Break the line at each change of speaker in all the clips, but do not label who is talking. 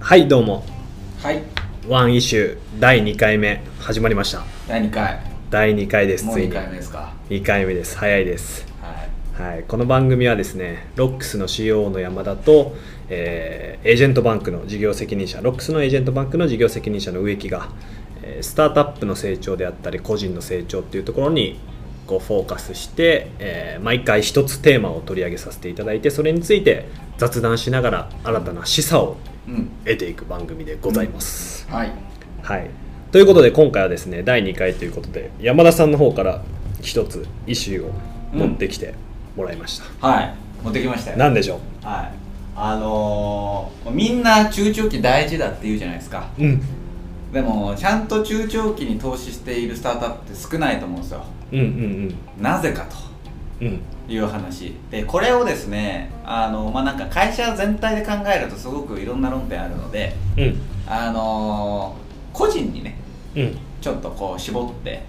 はいどうも
はい
ワンイシュー第2回目始まりました
第2回
第2回です
もう
つい
2
に
回目ですか
2回目です早いです
はい
はいこの番組はですねロックスの COO の山田と、えーエージェントバンクの事業責任者ロックスのエージェントバンクの事業責任者の植木がえースタートアップの成長であったり個人の成長っていうところにこうフォーカスして、えー毎回一つテーマを取り上げさせていただいてそれについて雑談しながら新たな示唆を
うん
得ていく番組でございます、
はい
はい、ということで今回はですね第2回ということで山田さんの方から一つイシューを持ってきてもらいました、
はい持ってきましたよ
何でしょ
はいあのーみんな中長期大事だって言うじゃないですか
ううん
でもちゃんと中長期に投資しているスタートアップって少ないと思うんですよ
うんうん
なぜか
うんうん
という話でこれをですねあのまあなんか会社全体で考えるとすごくいろんな論点あるので
うん
あのー個人にね
うん
ちょっとこう絞って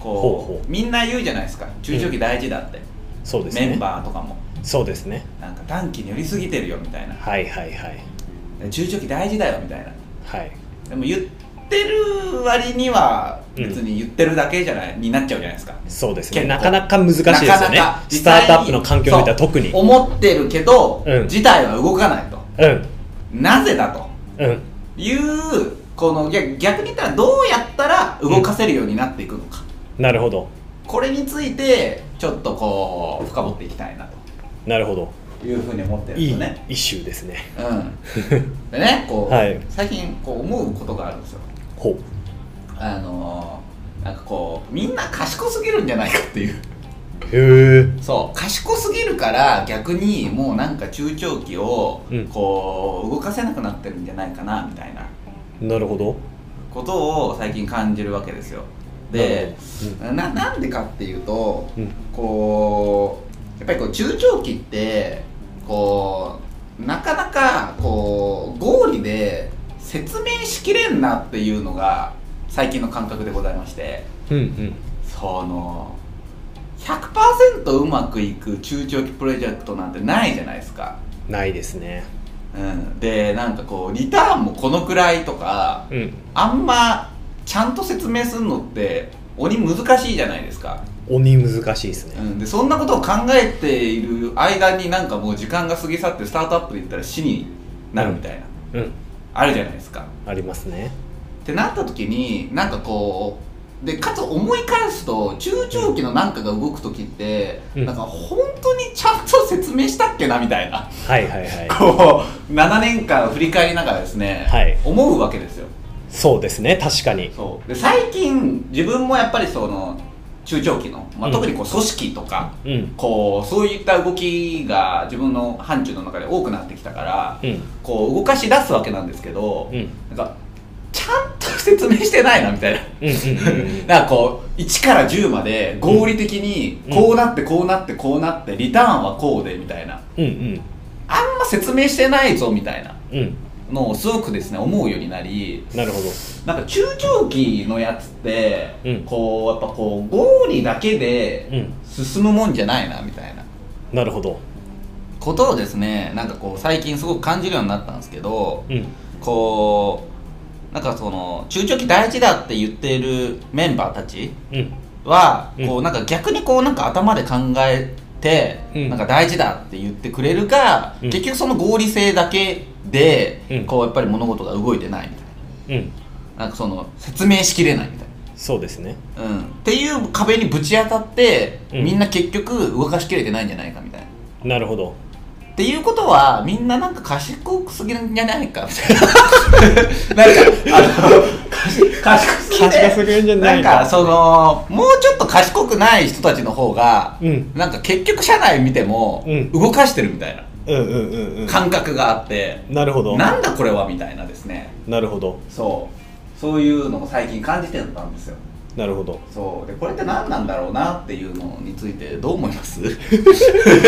ほ
こう
うほう
みんな言うじゃないですか中長期大事だって、
そうですね
メンバーとかも
そうですね
なんか短期に寄りすぎてるよみたいな
はいはいはい
中長期大事だよみたいな
はい
でも言ってる割には
うん
別に言ってるだけじゃない、になっちゃうじゃないですか
そうですね
結構
なかなか難しいですよね
なかなか
スタートアップの環境においては
そう
特にう
思ってるけど、
うん
事態は動かないと
ん
なぜだと
うん
いうこの逆逆に言ったらどうやったら動かせるようになっていくのか、
なるほど
これについてちょっとこう深掘っていきたいな
なるほど
というふうに思ってるんで
い
す
い
よね
イシューですね
うん、でねこう、
はい
最近こう思うことがあるんですよ
ほう
あのーなんかこうみんな賢すぎるんじゃないかっていう
へえ
そう賢すぎるから逆にもうなんか中長期を
うん
こう動かせなくなってるんじゃないかなみたいな
なるほど
ことを最近感じるわけですよで、ななんでかっていうと
うんうん、
こうやっぱりこう中長期ってこうなかなかこう合理で説明しきれんなっていうのが最近の感覚でございまして
うんうん
その100%うまくいく中長期プロジェクトなんてないじゃないですか、
ないですね
うん、でなんかこうリターンもこのくらいとか
うん
あんまちゃんと説明するのって鬼難しいじゃないですか
鬼難しいですね
うん、でそんなことを考えている間になんかもう時間が過ぎ去ってスタートアップで言ったら死になるみたいな、
うん
あるじゃないですか
ありますね
ってなった時になんかこうでかつ思い返すと中長期のなんかが動く時って、
うん
なんか本当にちゃんと説明したっけなみたいな、
はいはいはい
こう7年間を振り返りながらですね、
はい
思うわけですよ
そうですね確かに
そうで最近自分もやっぱりその中長期の、まあ
うん
特にこう組織とか、
うん
こうそういった動きが自分の範疇の中で多くなってきたから、
うん
こう動かし出すわけなんですけど、
うん
なんかちゃんと説明してないなみたいな。
うんうんうんうん
なんかこう1から10まで合理的に
うん
こうなってこうなってこうなってリターンはこうでみたいな
うん
あんま説明してないぞみたいな
うんうん
のをすごくですね思うようになり
なるほど
なんか中長期のやつって、
うん
こうやっぱこう合理だけ
う
で
ん
進むもんじゃないなみたいな
なるほど
ことをですねなんかこう最近すごく感じるようになったんですけど
うん
こうなんかその中長期大事だって言っているメンバーたち
うん
は、
うん
こうなんか逆にこうなんか頭で考えて、
うん
なんか大事だって言ってくれるか、
うん
結局その合理性だけで、
うん
こうやっぱり物事が動いてないみたい
うん
ななんかその説明しきれないみたいな。
そうですね
うん、っていう壁にぶち当たって、
うん
みんな結局動かしきれてないんじゃないかみたいな
なるほど
っていうことはみんななんか賢くすぎるんじゃ ないかみたいななんかあの賢賢すぎて
賢すぎるんじゃないか
んかそのもうちょっと賢くない人たちの方が、
うん
なんか結局社内見ても、
うん
動かしてるみたいな
うんうんうんうん
感覚があって、
なるほど
なんだこれはみたいなですね
なるほど
そうそういうのを最近感じてたんですよ
なるほど
そうでこれって何なんだろうなっていうのについてどう思います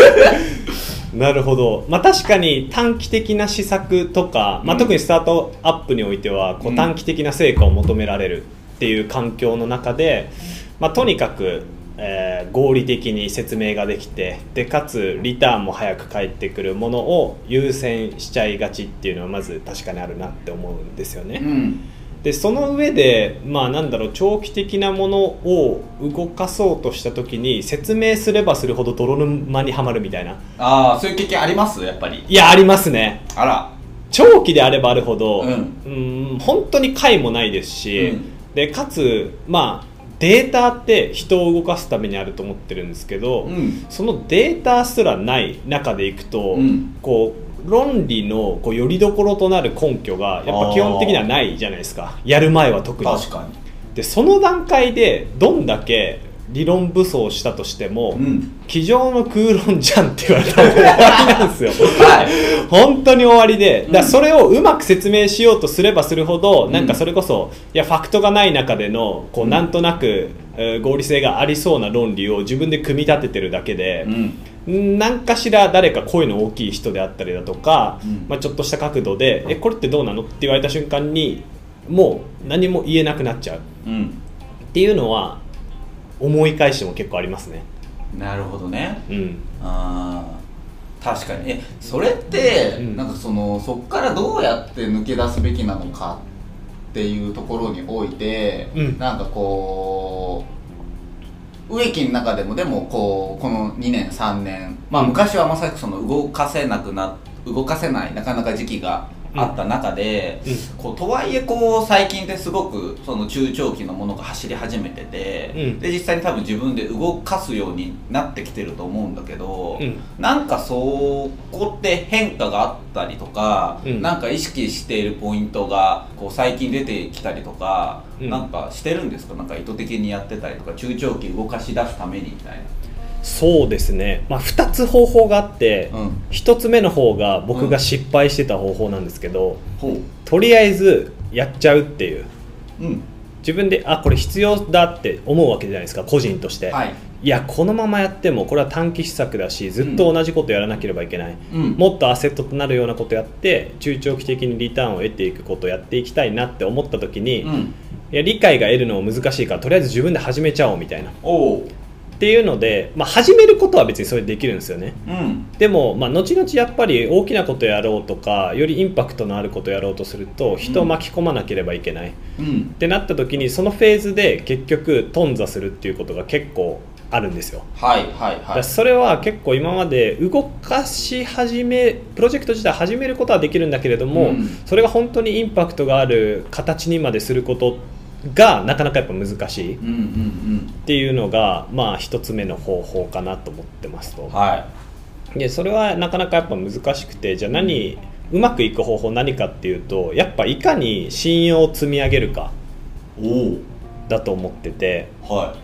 なるほど、まあ、確かに短期的な施策とか、まあ、
うん
特にスタートアップにおいてはこ
う
うん短期的な成果を求められるっていう環境の中で、まあ、とにかくえー合理的に説明ができてでかつリターンも早く返ってくるものを優先しちゃいがちっていうのはまず確かにあるなって思うんですよね。
うん
でその上でまあなんだろう長期的なものを動かそうとした時に説明すればするほど泥沼にはまるみたいな
ああそういう経験ありますやっぱり
いやありますね
あら
長期であればあるほど、
うん
うん本当に解もないですし、
うん
でかつまあデータって人を動かすためにあると思ってるんですけど、
うん
そのデータすらない中でいくと、
うん
こう論理のこうよりどころとなる根拠がやっぱ基本的にはないじゃないですかやる前は特に
確かに
でその段階でどんだけ理論武装したとしても、
うん
机上の空論じゃんって言われたら終わりなんですよ
はい
本当に終わりでだから
うん
それをうまく説明しようとすればするほど、
うん
なんかそれこそいやファクトがない中でのこう
うん
なんとなく、えー合理性がありそうな論理を自分で組み立ててるだけで
う、ん
なんかしら誰か声の大きい人であったりだとか、
うん
まあ、ちょっとした角度で「えこれってどうなの?」って言われた瞬間にもう何も言えなくなっちゃうっ
うん
ていうのは思い返しても結構ありますね。
なるほどね
うん
あー確かにえそれって、
うん
なんかそのそっからどうやって抜け出すべきなのかっていうところにおいて、
うん
なんかこう植木の中でもでもこうこの2年3年まあ昔はまさにその動かせなくな動かせないなかなか時期があった中で、
うん
こうとはいえこう最近ってすごくその中長期のものが走り始めてて、
うん
で実際に多分自分で動かすようになってきてると思うんだけど、
うん
なんかそこって変化があったりとか、
うん
なんか意識しているポイントがこう最近出てきたりとか、
うん
なんかしてるんですかなんか意図的にやってたりとか中長期動かし出すためにみたい
そうですね、まあ、2つ方法があって、
なうん
1つ目の方が僕が失敗してた方法なんですけど、
ほ
とりあえずやっちゃうっていう
ううん
自分であこれ必要だって思うわけじゃないですか個人として、
はい
いやこのままやってもこれは短期施策だしずっと同じことやらなければいけない、
うん
もっとアセットとなるようなことやって中長期的にリターンを得ていくことをやっていきたいなって思った時に、
う
い
ん
や理解が得るのも難しいからとりあえず自分で始めちゃおうみたいなっ
おう
ていうので、まあ、始めることは別にそれできるんですよね
うん
でも、まあ、後々やっぱり大きなことやろうとかよりインパクトのあることやろうとすると人を巻き込まなければいけない、
うん
ってなった時にそのフェーズで結局頓挫するっていうことが結構あるんですよ、
はいはい
だ
は
から
い
それは結構今まで動かし始めプロジェクト自体始めることはできるんだけれども、
うん
それが本当にインパクトがある形にまですることがなかなかやっぱ難しいっ
うんうん
ていうのがまあ一つ目の方法かなと思ってますと
うんはい
でそれはなかなかやっぱ難しくてじゃあ何うまくいく方法何かっていうとやっぱいかに信用を積み上げるか
お
だと思ってて
おは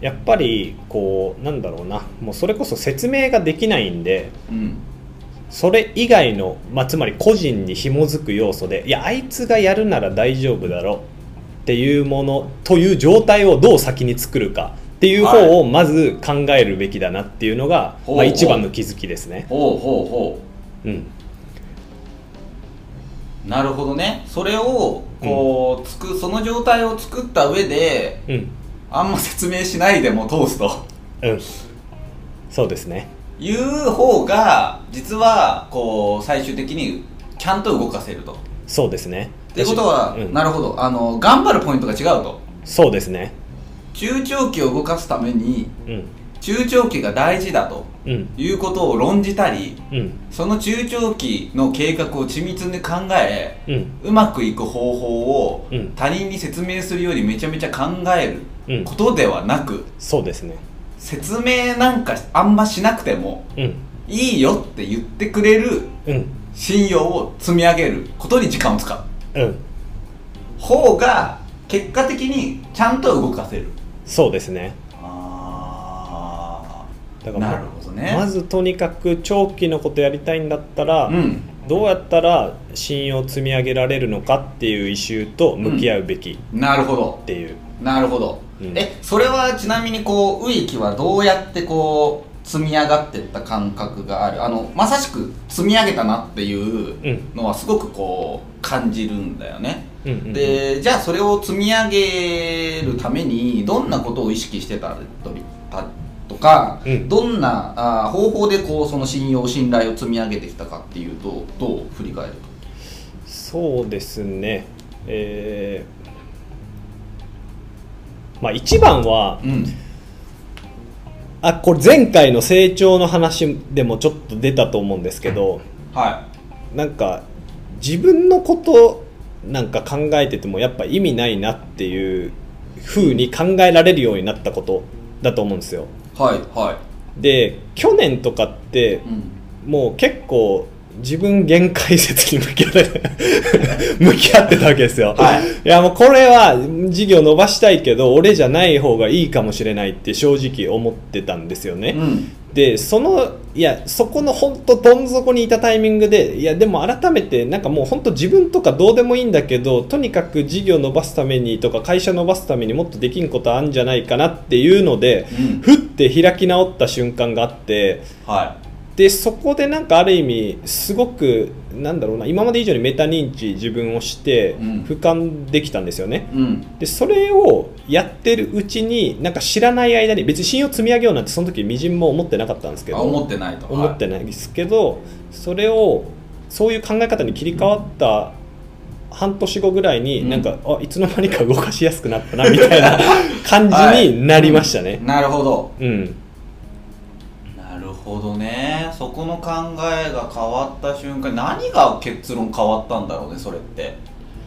やっぱりこうなんだろうなもうそれこそ説明ができないんで
いうん
それ以外の、まあ、つまり個人に紐づく要素でいやあいつがやるなら大丈夫だろっていうものという状態をどう先に作るかっていう方をまず考えるべきだなっていうのが、
ほう
まあ、一番の気づきですね。
ほうほうほう
うん
なるほどねそれをこう、つくその状態を作った上で
うん
あんま説明しないでも通すと
うん、そうですね
いう方が実はこう最終的にちゃんと動かせると
そうですね
っていうことは、
うん
なるほどあの頑張るポイントが違うと
そうですね
中長期を動かすために
うん
中長期が大事だと
うん
いうことを論じたり
うん
その中長期の計画を緻密に考え
うん
うまくいく方法を
うん
他人に説明するよりめちゃめちゃ考え
う
る
ん
ことではなく
そうですね
説明なんかあんましなくても
うん
いいよって言ってくれる
うん
信用を積み上げることに時間を使う
うん
方が結果的にちゃんと動かせる
そうですね
あ
だ
あ
から
なるほどね
まずとにかく長期のことやりたいんだったら、
うん
どうやったら信用を積み上げられるのかっていうイシューと向き合うべきっ
なるほど
ていう、
なるほど、
うん
えそれはちなみにこう植木はどうやってこう積み上がっていった感覚があるあのまさしく積み上げたなっていうのはすごくこう感じるんだよね、
うんうんうん
でじゃあそれを積み上げるためにどんなことを意識してたりたか、
うん
どんなあー方法でこうその信用信頼を積み上げてきたかっていうとどう振り返る
そうですね、えーまあ、一番は
と、うん、
あこれ前回の成長の話でもちょっと出たと思うんですけど
は
なんか自分のことなんか考えててもやっぱ意味ないなっていう風に考えられるようになったことだと思うんですよ
いはいは
で去年とかって
い、うん、
もう結構自分限界説に向き合って 向き合ってたわけですよ、、
はい
やもうこれは事業伸ばしたいけど俺じゃない方がいいかもしれないって正直思ってたんですよね、
うん
でそのいやそこの本当どん底にいたタイミングでいやでも改めてなんかもう本当自分とかどうでもいいんだけどとにかく事業伸ばすためにとか会社伸ばすためにもっとできんことあるんじゃないかなっていうので
うん
ふって開き直った瞬間があって
は
でそこでなんかある意味すごくなんだろうな今まで以上にメタ認知自分をして
うん
俯瞰できたんですよね。
い、うん、
でそれをやってるうちになんか知らない間に別に信用積み上げようなんてその時みじんも思ってなかったんですけど
あ思ってないと
思ってないですけどそれをそういう考え方に切り替わった半年後ぐらいに
うん
なんか、あいつの間にか動かしやすくなったなみたい な感じになりましたね、
なるほど
うん
なるほどねそこの考えが変わった瞬間何が結論変わったんだろうねそれって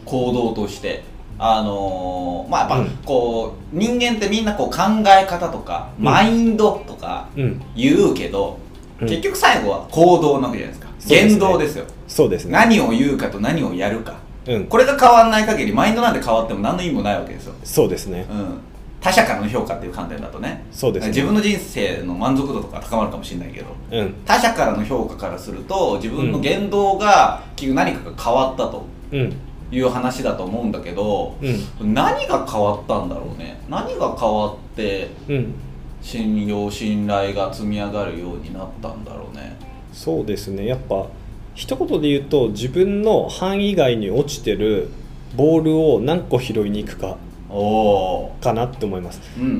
行動としてあのーまあや
う
っ
ん
ぱこう、人間ってみんなこう考え方とか、
うん
マインドとか
うん
言うけど、
うん
結局最後は行動なわけじゃないですか
そうですね
言動ですよ
そうですね
何を言うかと何をやるか
うん
これが変わらない限りマインドなんて変わっても何の意味もないわけですよ、
そうですね
うん、他者からの評価っていう観点だとね
そうですね
自分の人生の満足度とか高まるかもしれないけど
うん
他者からの評価からすると自分の言動が結局何かが変わったと
うん
いう話だと思うんだけど
うん
何が変わったんだろうね何が変わって
うん
信用信頼が積み上がるようになったんだろうね
そうですねやっぱ一言で言うと自分の範囲外に落ちてるボールを何個拾いに行くか
おお
かなって思います
ーうんう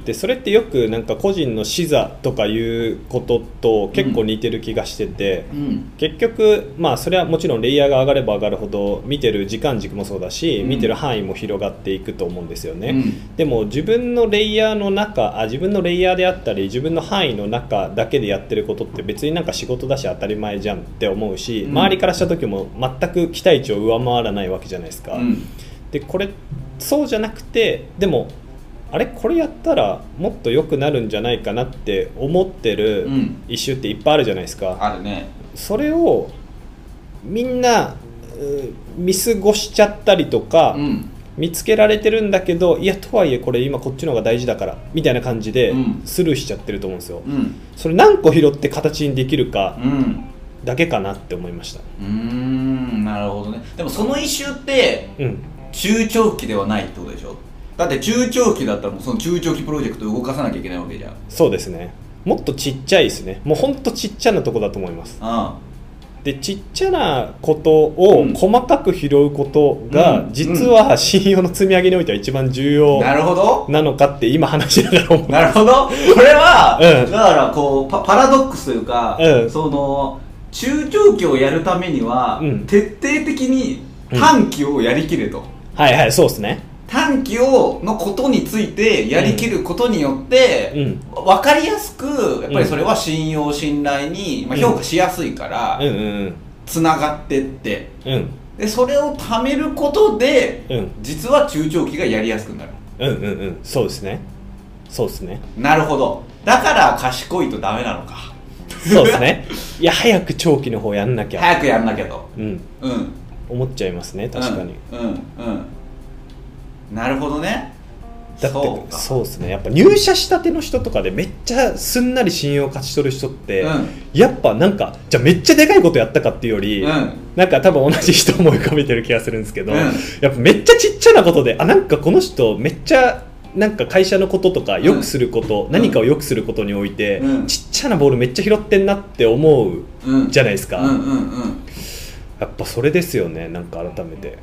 ん
でそれってよくなんか個人の視座とかいうことと結構似てる気がしてて、
うんうん
結局まあそれはもちろんレイヤーが上がれば上がるほど見てる時間軸もそうだし、
うん
見てる範囲も広がっていくと思うんですよね、
うん
でも自分のレイヤーの中あ自分のレイヤーであったり自分の範囲の中だけでやってることって別になんか仕事だし当たり前じゃんって思うし、
うん
周りからした時も全く期待値を上回らないわけじゃないですか、
うん
でこれそうじゃなくてでもあれこれやったらもっと良くなるんじゃないかなって思って
う
る
ん
一周っていっぱいあるじゃないですか、
あるね
それをみんなうん見過ごしちゃったりとか、
うん
見つけられてるんだけどいやとはいえこれ今こっちの方が大事だからみたいな感じで
うん
スルーしちゃってると思うんですよ、
うん
それ何個拾って形にできるか
うん
だけかなって思いました
うーんなるほどねでもその一周って
うん
中長期ではないってことでしょだって中長期だったらもうその中長期プロジェクトを動かさなきゃいけないわけじゃん
そうですねもっとちっちゃいですねもうほんとちっちゃなとこだと思います
う
でちっちゃなことを
うん
細かく拾うことが、
うん
実は信用の積み上げにおいては一番重要
んなるほど
なのかって今話しながら思う
なるほどこれは、
うん
だからこうパパラドックスというか、
うん
その中長期をやるためには、
うん
徹底的に短期をやりきれと、
はいはいそうですね
短期をのことについてやりきることによって、
うん
分かりやすくやっぱりそれは信用信頼に、まあ、
うん
評価しやすいから、
うんうん
つながってって
うんうん
でそれを貯めることで
うん
実は中長期がやりやすくなる
うんうんうんそうですねそうですね
なるほどだから賢いとダメなのか
そうです ねいや早く長期の方やんなきゃ、
早くやんなきゃと
うん
うん
思っちゃいますね確かに、
うんうん、うんなるほどね
だって
そうか
そうですねやっぱ入社したての人とかでめっちゃすんなり信用勝ち取る人って、
うん
やっぱなんかじゃあめっちゃでかいことやったかっていうより、
うん
なんか多分同じ人思い浮かべてる気がするんですけど、
うん
やっぱめっちゃちっちゃなことであなんかこの人めっちゃなんか会社のこととか良くすること、何かを良くすることにおいて、
うん
ちっちゃなボールめっちゃ拾ってんなって思う
うん
じゃないですか、
うんうんうん
やっぱそれですよねなんか改めて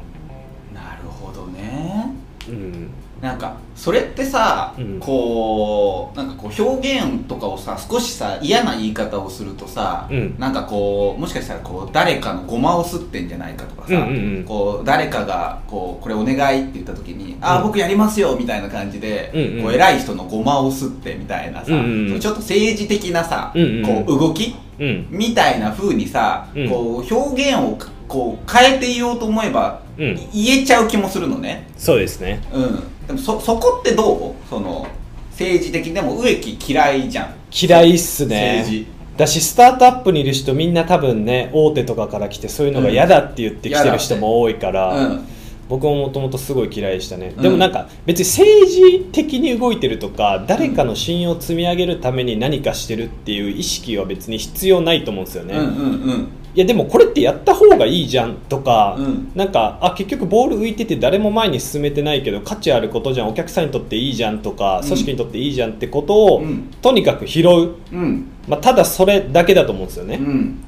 なるほどね
うん
なんかそれってさ、
うん
こうなんかこう表現とかをさ少しさ嫌な言い方をするとさ、
うん
なんかこうもしかしたらこう誰かのゴマをすってんじゃないかとかさ、
うんうんうん
こう誰かがこうこれお願いって言った時に「ああ
うん
僕やりますよ」みたいな感じで、
うんうん
こう偉い人のゴマをすってみたいな
う
さ、
んうんうん
ちょっと政治的なさ、
うんうんうん
こう動き
うん
みたいな風にさ、
うん
こう表現をこう変えていようと思えば、
うん
い言えちゃう気もするのね。
そうですね
うん、でもそそこってどうその政治的でも植木嫌いじゃん
嫌いっすね
政治
だしスタートアップにいる人みんな多分ね大手とかから来てそういうのが嫌だって言ってきてる人も多いから、
うん
僕ももともとすごい嫌いでしたね、
うん
でもなんか別に政治的に動いてるとか誰かの信用を積み上げるために何かしてるっていう意識は別に必要ないと思うんですよね、
うん
い
うんうん
やでもこれってやった方がいいじゃんとか、
うん
なんかあ結局ボール浮いてて誰も前に進めてないけど価値あることじゃんお客さんにとっていいじゃんとか
うん
組織にとっていいじゃんってことを、
うん
とにかく拾う、
うん
まあ、ただそれだけだと思うんですよね、
うん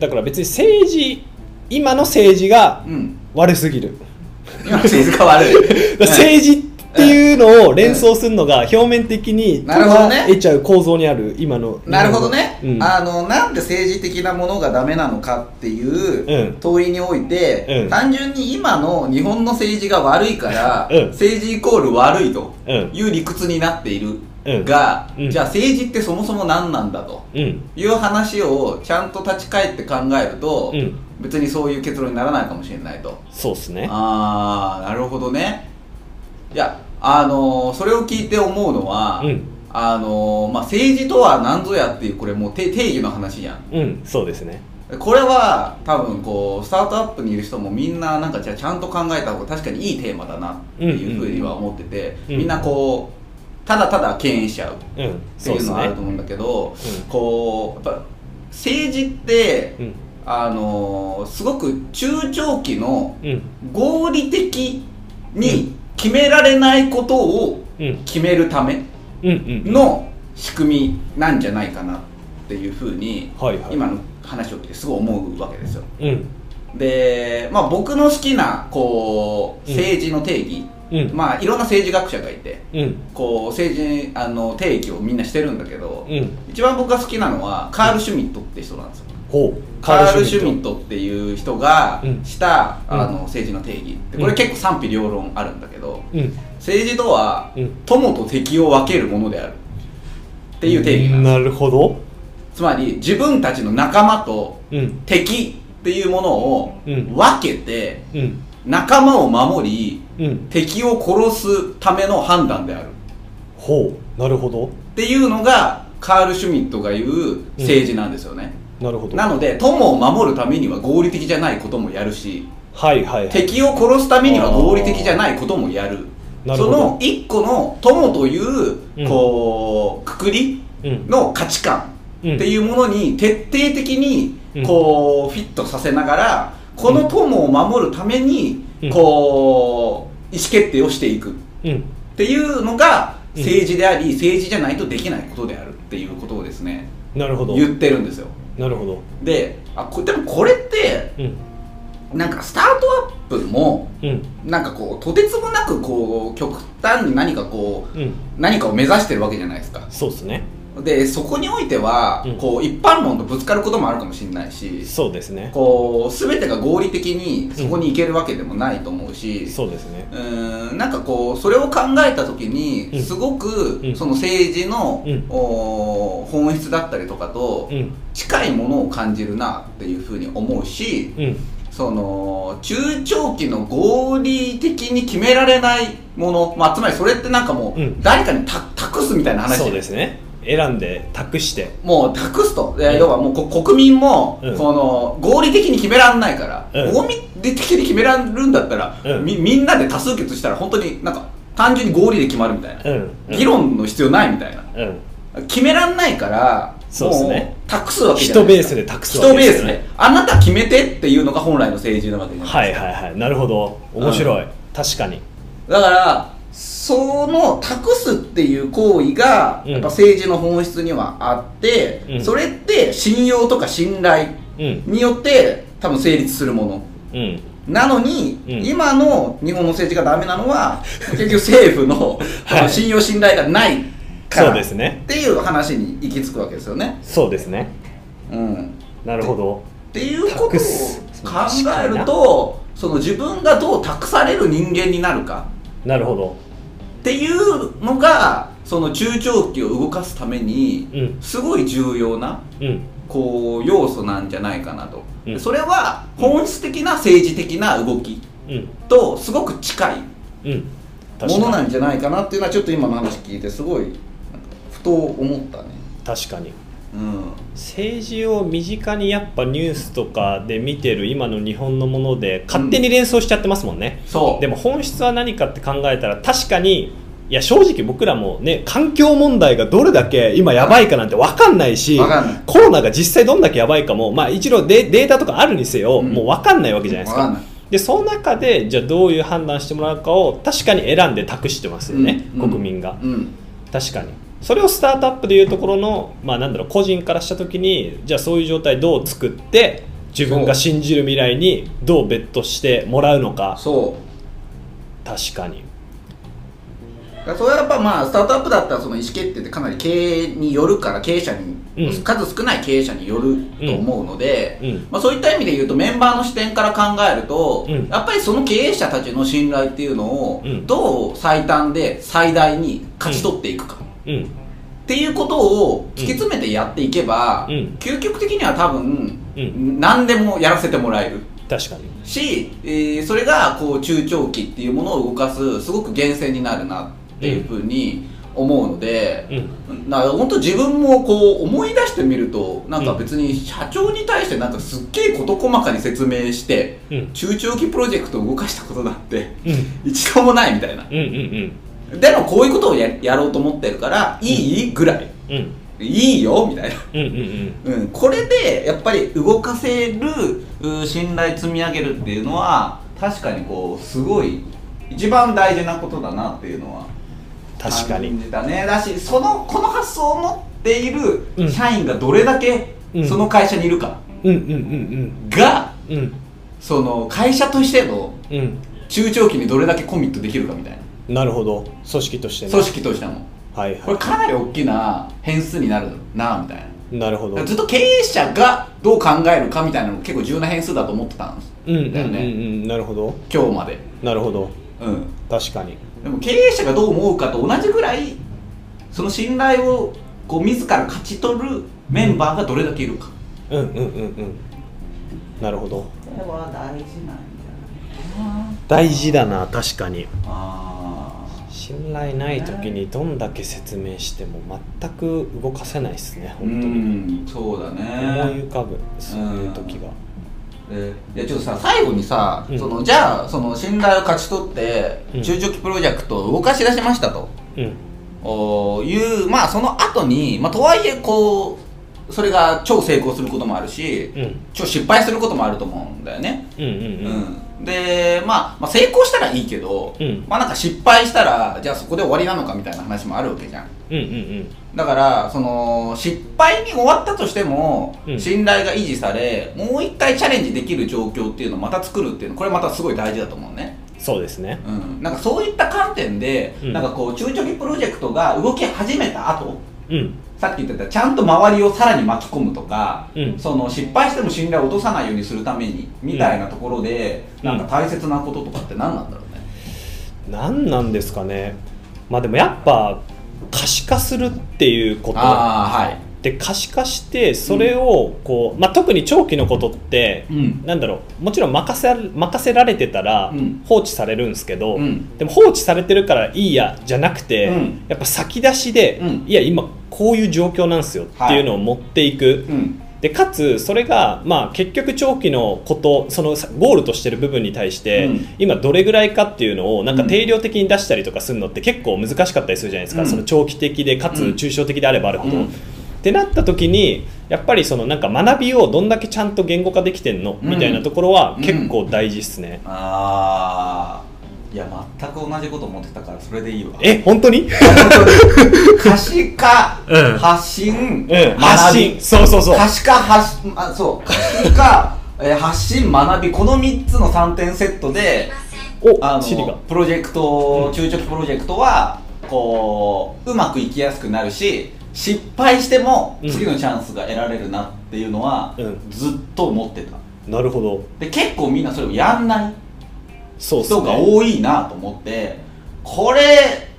だから別に政治今の政治が
うん
悪すぎる、
今政治が悪 い
政治っていうのを連想するのが表面的に
なるほどね
得ちゃう構造にある今の
なるほどね、
うん
あのなんで政治的なものがダメなのかっていう
うん
問いにおいて、
うん
単純に今の日本の政治が悪いから、
うん
政治イコール悪いと
うん
いう理屈になっている
うん
が、
うん
じゃあ政治ってそもそも何なんだと
うん
いう話をちゃんと立ち返って考えると、
うん
別にそういう結論にならないかもしれないと
そうっすね
ああなるほどねいやあのーそれを聞いて思うのは、
うん
あのーまあ、政治とは何ぞやっていうこれもう定定義の話じゃん
うんそうですね
これは多分こうスタートアップにいる人もみんななんかじゃあちゃんと考えた方が確かにいいテーマだなっていうふうには思ってて、
うんうん
みんなこうただただ敬遠しちゃう
うん
って
そう
い
で
う
す
のはあ
ね
ると思うんだけど、
うん
こうやっぱ政治って、
うん
あのーすごく中長期の
うん
合理的に決められないことを
うん
決めるため
うんうん
の仕組みなんじゃないかなっていうふうに、
はいはい
今の話を聞いてすごい思うわけですよ
うん
で、まあ、僕の好きなこう
うん
政治の定義、
うん
まあ、いろんな政治学者がいて
うん
こう政治あの定義をみんなしてるんだけど、
うん
一番僕が好きなのはカール・シュミットって人なんですよ
ほう
カール・シュ
ミ
ミ
ッ
ットっていう人がした、
うん
あの政治の定義って
うん
これ結構賛否両論あるんだけど
トうん
政治とは
うん
友と敵を分けるものであるっていう定義なんです
なるほど
つまり自分たちの仲間と
うん
敵っていうものを
うん
分けて
うん
仲間を守り
うん
敵を殺すための判断である
ほうなるほど
っていうのがカール・シュミットが言う政治なんですよね、
なるほど
なので友を守るためには合理的じゃないこともやるし
はいはいはい
敵を殺すためには合理的じゃないこともやる
なる
そ
ほど
の一個の友という、
うん
こうくくり
うん
の価値観
うん
っていうものに徹底的に
うん
こう、フィットさせながらこの友を守るために、
うん
こう意思決定をしていくっ
うん
ていうのが
うん
政治であり、政治じゃないとできないことであるっていうことをですね
なるほど
言ってるんですよ
なるほど
であこでもこれって
うん
なんかスタートアップも
うん
なんかこうとてつもなくこう極端に何かこう
うん
何かを目指してるわけじゃないですか
そうですね
でそこにおいては、
うん
こう一般論とぶつかることもあるかもしれないし
そうですね
こう全てが合理的にそこに行けるわけでもないと思うし、
そうですね
うーんなんかこうそれを考えた時
う
に
ん
すご
う
く
ん
その政治の、
うん
おー本質だったりとかと
うん
近いものを感じるなっていうふうに思うし、
うん
その中長期の合理的に決められないもの、まあ、つまりそれってなんかも
うん
う誰かにた託すみたいな話
そうですね選んで託して
もう託すと、で要はもうこ国民も、
うん
この合理的に決められないから、
うん
合理的に決められるんだったら、
うん
みみんなで多数決したら本当になんか単純に合理で決まるみたいな、
うんうん
議論の必要ないみたいな
うん
決められないから
そうですね
もう託すわけじゃないですか
人ベースで託すわけですよね
人ベースであなた決めてっていうのが本来の政治なわけじゃないですか
はいはいはいなるほど面白い確かに
だからその託すっていう行為が
うん
やっぱ政治の本質にはあって、
うん
それって信用とか信頼
うん
によって多分成立するも
う
の
ん
なのに、
うん
今の日本の政治がダメなのは 結局政府のこの信用信頼がないから
そうですね
っていう話に行き着くわけですよね。
そうですね
うん、
なるほど
っていうことを考
託す
えるとその自分がどう託される人間になるか
なるほど
っていうのがその中長期を動かすために
うん
すごい重要な
うん
こう要素なんじゃないかなと、
うん
それは本質的な政治的な動き
うん
とすごく近い
うん
も
確
の
かに
なんじゃないかなっていうのはちょっと今の話聞いてすごいなんかふと思ったね
確かに
うん
政治を身近にやっぱニュースとかで見てる今の日本のもので勝手に連想しちゃってますもんね、
そう
でも本質は何かって考えたら確かにいや正直僕らもね環境問題がどれだけ今やばいかなんて分かんないし
わかんない
コロナが実際どんだけやばいかも、まあ、一応デデータとかあるにせよ、
うん
もう分かんないわけじゃないです
わ
か
かんない
でその中でじゃあどういう判断してもらうかを確かに選んで託してますよね、
うんうん
国民が
うん
確かにそれをスタートアップでいうところの、まあ、なんだろう個人からした時にじゃあそういう状態どう作って自分が信じる未来にどうベットしてもらうのか
そう
確かに
だからそれはやっぱまあスタートアップだったらその意思決定ってかなり経営によるから経営者に、
うん
数少ない経営者によると思うので、
うん
まあ、そういった意味で言うとメンバーの視点から考えると、
うん
やっぱりその経営者たちの信頼っていうのを
うん
どう最短で最大に勝ち取っていくか。
うん
っていうことを突き詰めてやっていけば、
うん
究極的には多分、
うん
何でもやらせてもらえる
確かに
し、えーそれがこう中長期っていうものを動かすすごく源泉になるなっていうふうに思うので、
うん
だから本当自分もこう思い出してみるとなんか別に社長に対してなんかすっげえ事細かに説明して
うん
中長期プロジェクトを動かしたことなんて
うん
一度もないみたいな
うんうん
でもこういうことをややろうと思ってるからいいぐらい
うんうん
いいよみたいな
うんうん
うん、これでやっぱり動かせるうん信頼積み上げるっていうのは確かにこうすごい一番大事なことだなっていうのは
確かに
感じたねだしそのこの発想を持ってい
うん
る社員がどれだけ
うん
その会社にいるか
うんうんうん
が、
うんうん
その会社としての
うん
中長期にどれだけコミットできるかみたいな
なるほど組織としてね
組織としても
はい
これ
は
かなり大きな変数になるなみたいな
な
い
るほど
ずっと経営者がどう考えるかみたいなのも結構重要な変数だと思ってたんです
うんうんうん
だよ
う
ね
んなるほど
今日まで
なるほど
うん
確かに
でも経営者がどう思うかと同じぐらいその信頼をこう自ら勝ち取るメンバーがどれだけいるか
うんうんうんうんなるほど
これは大事なんじゃないかな
大事だな確かに
あ
信頼ない時にどんだけ説明しても全く動かせないですね
ーう
本当に
んそうだ
思い
ね
浮かぶそういう時が
えーいやちょっとさ最後にさ、
うん
そのじゃあその信頼を勝ち取って
うん
中長期プロジェクトを動かし出しましたと、
うん
おーいうまあその後にまあとはいえこうそれが超成功することもあるし、
うん
超失敗することもあると思うんだよね、
うん
うん
うん
で、まあ、まあ成功したらいいけど、
うん
まあなんか失敗したらじゃあそこで終わりなのかみたいな話もあるわけじゃん
うんうんうん
だからその失敗に終わったとしても、
うん
信頼が維持されもう一回チャレンジできる状況っていうのをまた作るっていうのこれまたすごい大事だと思うね
そうですね
うん、なんかそういった観点で、
うん
なんかこう中長期プロジェクトが動き始めた後
うん
さっき言ってたちゃんと周りをさらに巻き込むとか、
うん
その失敗しても信頼を落とさないようにするためにみたいなところで、
うん
なんか大切なこととかって何なんだろうね、
何なんですかねまあでもやっぱ可視化するっていうこと
ああはい
で可視化してそれをこう、まあ、特に長期のことって
うん
なんだろうもちろん任せ任せられてたら
うん
放置されるんですけど、
うん
でも放置されてるからいいやじゃなくて、
うん
やっぱ先出しで、
うん
いや今こういう状況なんですよっていうのを持っていく、
うん
でかつそれが、まあ、結局長期のことそのさゴールとしてる部分に対して、
うん
今どれぐらいかっていうのをなんか
うん
定量的に出したりとかするのって結構難しかったりするじゃないですか、
うん
その長期的でかつ
うん
抽象的であればあるほど。
うん
ってなった時にやっぱりそのなんか学びをどんだけちゃんと言語化できてんの、
うん
みたいなところは結構大事っすね、
ああいや全く同じこと思ってたからそれでいいわ
え本当 に
可視化、
うん
発信、
うん発信そうそうそう
可視化発あそう可視化 えー発信学びこの3つの3点セットであ
おシリ
の
が
プロジェクト中長期プロジェクトはこううまくいきやすくなるし失敗しても
うん
次のチャンスが得られるなっていうのは、
うん
ずっと思ってた
なるほど
で結構みんなそれをやんない
そうっす
人が
ね
多いなと思ってこれ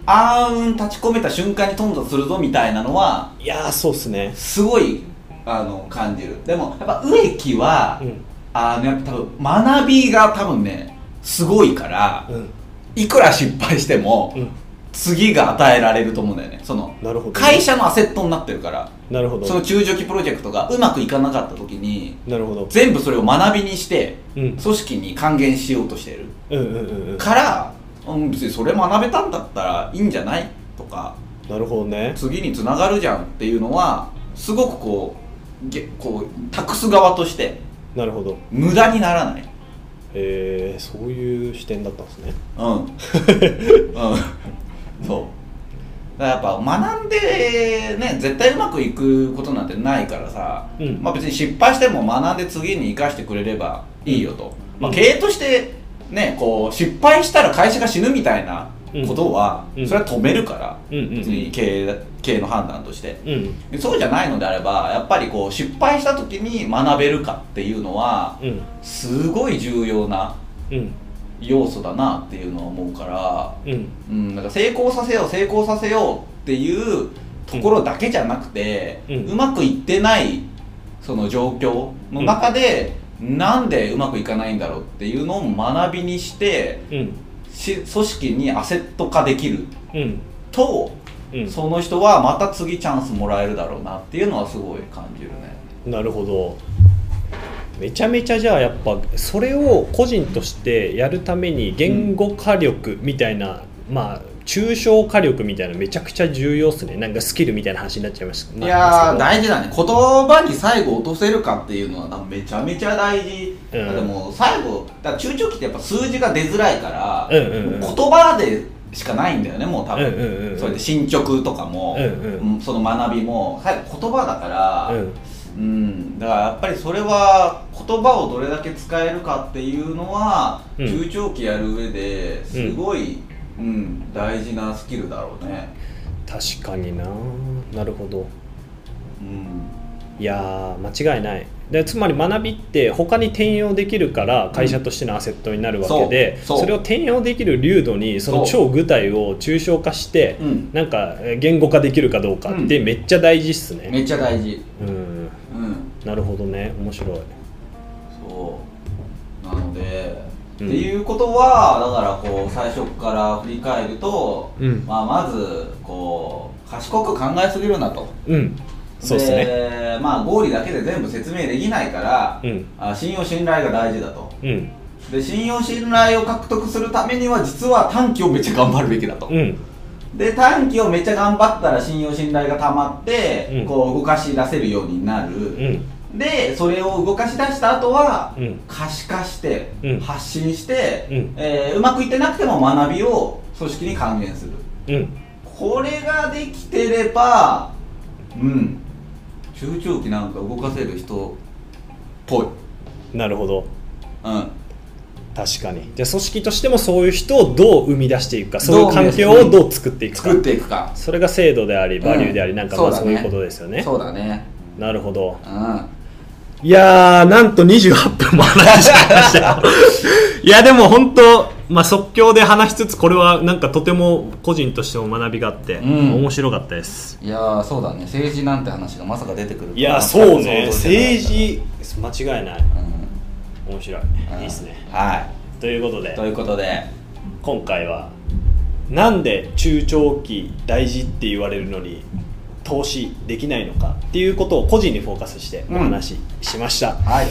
あーうん立ち込めた瞬間に頓挫するぞみたいなのはい
やーそうっすね
すごいあの感じるでもやっぱ植木は、
うん
あのやっぱ多分学びが多分ねすごいから
うん
いくら失敗しても、
うん
次が与えられると思うんだよねその
なるほどね、
会社のアセットになってるから
なるほど
その中長期プロジェクトがうまくいかなかった時に
なるほど
全部それを学びにして
うん
組織に還元しようとしてる
うんうんうんうん
から、うん、別にそれ学べたんだったらいいんじゃないとか
なるほどね
次につながるじゃんっていうのはすごくこうげこう託す側として
なるほど
無駄にならない
えー、そういう視点だったんですね
うんうん そうだからやっぱ学んでね絶対うまくいくことなんてないからさ、
うん
まあ、別に失敗しても学んで次に生かしてくれればいいよと、まあ、
うん
経営としてねこう失敗したら会社が死ぬみたいなことは、
うんうん
それは止めるから、
うんうん
別に経営経営の判断として
うん
でそうじゃないのであればやっぱりこう失敗した時に学べるかっていうのは
うん
すごい重要な
うん
要素だなっていうのは思うから、
うん
うん、なんか成功させよう成功させようっていうところだけじゃなくて、
う
うんまくいってないその状況の中で、なんでうまくいかないんだろうっていうのを学びにして
うん
し組織にアセット化できる
うん
と、
うん
その人はまた次チャンスもらえるだろうなっていうのはすごい感じるね。
なるほどめちゃめちゃじゃあやっぱそれを個人としてやるために言語化力みたいな、まあ抽象化力みたいなめちゃくちゃ重要っすねなんかスキルみたいな話になっちゃいました
いやー
な
大事だね言葉に最後落とせるかっていうのは多分めちゃめちゃ大事、
うん
でも最後だから中長期ってやっぱ数字が出づらいから、
うんうんうん
言葉でしかないんだよねもう多分、
うんうんうん
それで進捗とかも、
うんうん
うんその学びも最後言葉だから、
ん
うん、だからやっぱりそれは言葉をどれだけ使えるかっていうのは、
うん
中長期やる上ですごい、うん大事なスキルだろうね、
確かにななるほど
うん、
いやー間違いないでつまり学びって他に転用できるから会社としてのアセットになるわけで、
そ
そ
うそう
れを転用できる流度にその
そ
超具体を抽象化して、
うん
なんかえー言語化できるかどうかってめっちゃ大事っすね、
めっちゃ大事
うん
うん
なるほどね面白い
そうなので、
うん
っていうことはだからこう最初から振り返ると、
うん
まあ、まずこう賢く考えすぎるなと
うんそうっすね
でまあ合理だけで全部説明できないから、
うん
あ信用信頼が大事だと
うん
で信用信頼を獲得するためには実は短期をめっちゃ頑張るべきだと、
うん
で短期をめっちゃ頑張ったら信用信頼が溜まって、
うん
こう動かし出せるようになる、
うん
でそれを動かし出した後は、
うん
可視化して、
うん
発信して、
うん
えーうまくいってなくても学びを組織に還元する
うん
これができてればうん中長期なんか動かせる人っぽい
なるほど
うん
確かにじゃあ組織としてもそういう人をどう生み出していくかそういう
どう生
環
み出す
境をどう作っていくか
作っていくか
それが制度でありバリューであり、
うん
なんかまあ
そう
そう
だね
いうことですよね
そうだね
なるほど
うん
いやーなんと28分も話しました いやでも本当まあ即興で話しつつこれはなんかとても個人としても学びがあって、
うん
面白かったです
いやーそうだね政治なんて話がまさか出てくるとはい
やそうね
想像してなかった
政治間違いない
うん
面白い
うん
いいっすね
は
ということ
い
で
ということで
今回はなんで中長期大事って言われるのに投資できないのかっていうことを個人にフォーカスしてお話ししました、
はい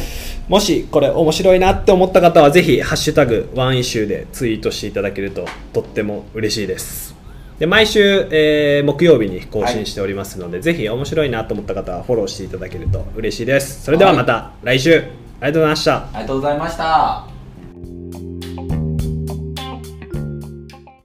もしこれ面白いなって思った方はぜひ「ハッシュタグワンイシュー」でツイートしていただけるととっても嬉しいですで毎週、えー木曜日に更新しておりますので、ぜひ面白いなと思った方はフォローしていただけると嬉しいですそれではまた来週、ありがとうございました
ありがとうございました